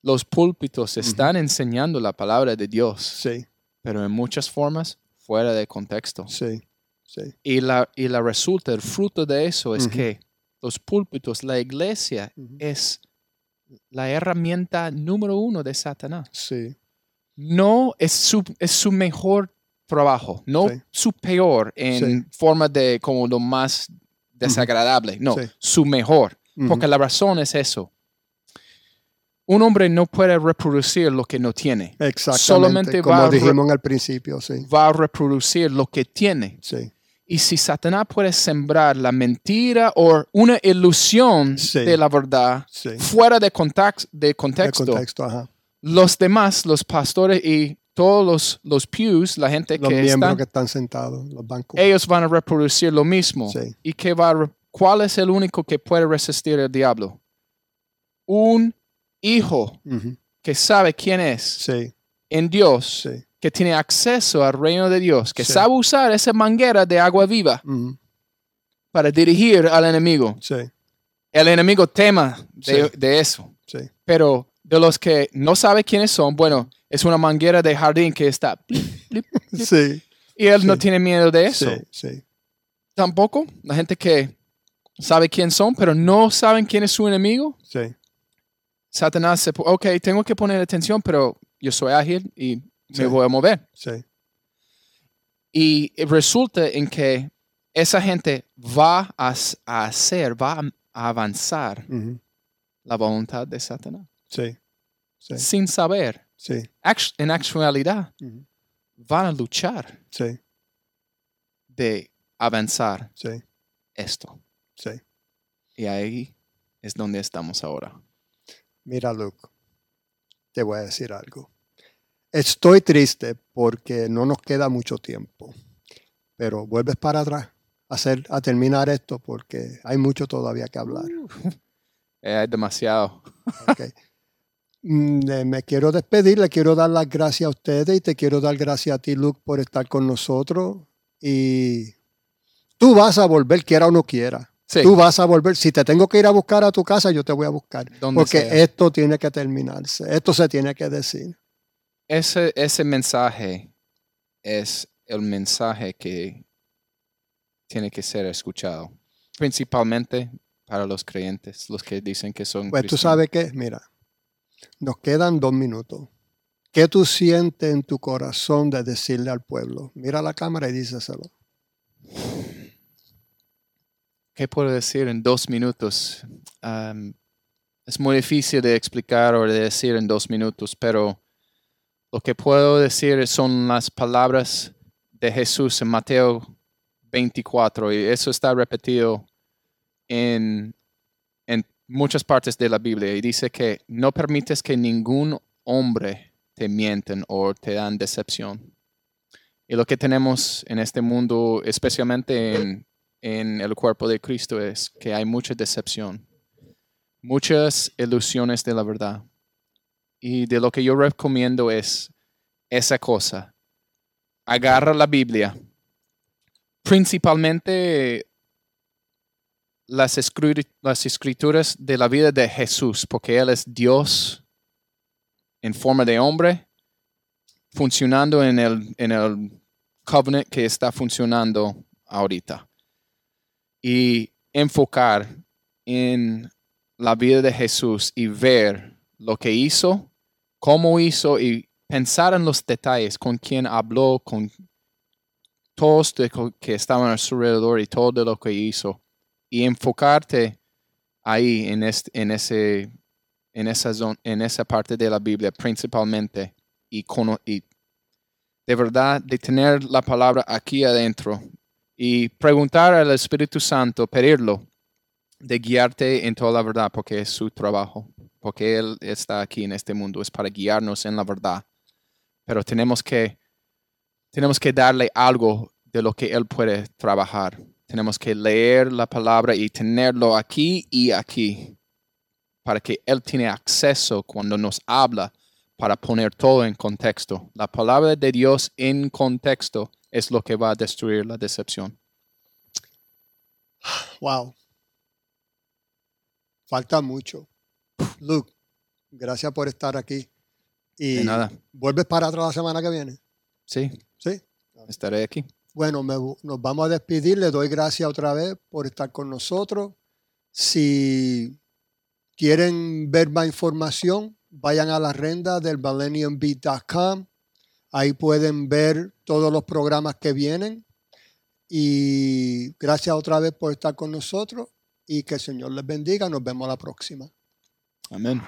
[SPEAKER 2] Los púlpitos
[SPEAKER 1] Ujú.
[SPEAKER 2] están enseñando la palabra de Dios,
[SPEAKER 1] Sí,
[SPEAKER 2] pero en muchas formas fuera de contexto.
[SPEAKER 1] sí, sí.
[SPEAKER 2] Y la, y la resulta, el fruto de eso es
[SPEAKER 1] Ujú.
[SPEAKER 2] que los púlpitos, la iglesia,
[SPEAKER 1] Ujú.
[SPEAKER 2] es la herramienta número uno de Satanás.
[SPEAKER 1] Sí,
[SPEAKER 2] No es su, es su mejor trabajo, no
[SPEAKER 1] Sí.
[SPEAKER 2] su peor en forma de como lo más desagradable, no,
[SPEAKER 1] Sí.
[SPEAKER 2] su mejor.
[SPEAKER 1] ujú,
[SPEAKER 2] Porque la razón es eso. Un hombre no puede reproducir lo que no tiene.
[SPEAKER 1] Exactamente.
[SPEAKER 2] solamente
[SPEAKER 1] como
[SPEAKER 2] va a re-
[SPEAKER 1] dijimos al principio, sí,
[SPEAKER 2] Va a reproducir lo que tiene.
[SPEAKER 1] sí.
[SPEAKER 2] Y si Satanás puede sembrar la mentira o una ilusión
[SPEAKER 1] Sí.
[SPEAKER 2] de la verdad
[SPEAKER 1] Sí.
[SPEAKER 2] fuera de, contax- de
[SPEAKER 1] El
[SPEAKER 2] contexto,
[SPEAKER 1] contexto, ajá.
[SPEAKER 2] los demás, los pastores y todos los, los pews, la gente
[SPEAKER 1] Los
[SPEAKER 2] que
[SPEAKER 1] miembros
[SPEAKER 2] están,
[SPEAKER 1] que están sentados, los bancos.
[SPEAKER 2] ellos van a reproducir lo mismo.
[SPEAKER 1] Sí.
[SPEAKER 2] ¿Y qué va a re- cuál es el único que puede resistir el diablo? Un hijo
[SPEAKER 1] Ujú.
[SPEAKER 2] que sabe quién es
[SPEAKER 1] Sí,
[SPEAKER 2] en Dios,
[SPEAKER 1] sí.
[SPEAKER 2] que tiene acceso al reino de Dios, que
[SPEAKER 1] Sí.
[SPEAKER 2] sabe usar esa manguera de agua viva
[SPEAKER 1] Ujú.
[SPEAKER 2] para dirigir al enemigo.
[SPEAKER 1] Sí,
[SPEAKER 2] El enemigo tema de,
[SPEAKER 1] Sí.
[SPEAKER 2] de eso.
[SPEAKER 1] sí.
[SPEAKER 2] Pero de los que no sabe quiénes son, bueno, es una manguera de jardín que está. blip, blip, blip,
[SPEAKER 1] Sí,
[SPEAKER 2] y él no
[SPEAKER 1] Sí.
[SPEAKER 2] tiene miedo de eso.
[SPEAKER 1] sí, sí.
[SPEAKER 2] Tampoco la gente que sabe quién son, pero no saben quién es su enemigo.
[SPEAKER 1] Sí,
[SPEAKER 2] Satanás se... po- Ok, tengo que poner atención, pero yo soy ágil y
[SPEAKER 1] Sí.
[SPEAKER 2] me voy a mover.
[SPEAKER 1] sí.
[SPEAKER 2] Y resulta en que esa gente va a, s- a hacer, va a- a avanzar
[SPEAKER 1] Ujú.
[SPEAKER 2] la voluntad de Satanás
[SPEAKER 1] Sí, sí,
[SPEAKER 2] sin saber.
[SPEAKER 1] sí.
[SPEAKER 2] Actu- en actualidad,
[SPEAKER 1] Ujú.
[SPEAKER 2] van a luchar
[SPEAKER 1] Sí,
[SPEAKER 2] de avanzar
[SPEAKER 1] sí,
[SPEAKER 2] esto.
[SPEAKER 1] sí.
[SPEAKER 2] Y ahí es donde estamos ahora.
[SPEAKER 1] Mira, Luke, te voy a decir algo. Estoy triste porque no nos queda mucho tiempo, pero vuelves para atrás a, hacer, a terminar esto porque hay mucho todavía que hablar.
[SPEAKER 2] Eh, hay demasiado.
[SPEAKER 1] ¿ok? Mm, eh, Me quiero despedir, le quiero dar las gracias a ustedes y te quiero dar gracias a ti, Luke, por estar con nosotros. Y tú vas a volver, quiera o no quiera.
[SPEAKER 2] Sí,
[SPEAKER 1] Tú vas a volver. Si te tengo que ir a buscar a tu casa, yo te voy a buscar.
[SPEAKER 2] donde
[SPEAKER 1] Porque
[SPEAKER 2] sea.
[SPEAKER 1] esto tiene que terminarse. Esto se tiene que decir.
[SPEAKER 2] ese, ese mensaje es el mensaje que tiene que ser escuchado, principalmente para los creyentes, los que dicen que son
[SPEAKER 1] Pues tú
[SPEAKER 2] cristianos.
[SPEAKER 1] sabes que, mira, nos quedan dos minutos. ¿Qué tú sientes en tu corazón de decirle al pueblo? Mira la cámara y díselo.
[SPEAKER 2] ¿Qué puedo decir en dos minutos? Am, es muy difícil de explicar o de decir en dos minutos, pero lo que puedo decir son las palabras de Jesús en Mateo 24, y eso está repetido en, en muchas partes de la Biblia, y dice que no permites que ningún hombre te mienten o te dan decepción. Y lo que tenemos en este mundo, especialmente en en el cuerpo de Cristo es que hay mucha decepción, muchas ilusiones de la verdad. Y de lo que yo recomiendo es esa cosa. Agarra la Biblia, principalmente las, escri- las escrituras de la vida de Jesús, porque Él es Dios en forma de hombre, funcionando en el, en el covenant que está funcionando ahorita y enfocar en la vida de Jesús y ver lo que hizo, cómo hizo y pensar en los detalles, con quién habló, con todos de co- que estaban a su alrededor y todo de lo que hizo. Y enfocarte ahí en, este, en, ese, en, esa zon- en esa parte de la Biblia principalmente y, cono- y de verdad de tener la palabra aquí adentro y preguntar al Espíritu Santo, pedirlo, de guiarte en toda la verdad, porque es su trabajo, porque Él está aquí en este mundo, es para guiarnos en la verdad. Pero tenemos que, tenemos que darle algo de lo que Él puede trabajar. Tenemos que leer la palabra y tenerlo aquí y aquí, para que Él tiene acceso cuando nos habla, para poner todo en contexto. La palabra de Dios en contexto es lo que va a destruir la decepción.
[SPEAKER 1] Wow. Falta mucho. Luke, gracias por estar aquí. Y
[SPEAKER 2] De nada.
[SPEAKER 1] vuelves para atrás la semana que viene.
[SPEAKER 2] Sí,
[SPEAKER 1] Sí.
[SPEAKER 2] estaré aquí.
[SPEAKER 1] Bueno, me vo- nos vamos a despedir. Le doy gracias otra vez por estar con nosotros. Si quieren ver más información, vayan a la renda del millenniumbeat.com. Ahí pueden ver todos los programas que vienen. Y gracias otra vez por estar con nosotros y que el Señor les bendiga. Nos vemos la próxima.
[SPEAKER 2] Amén.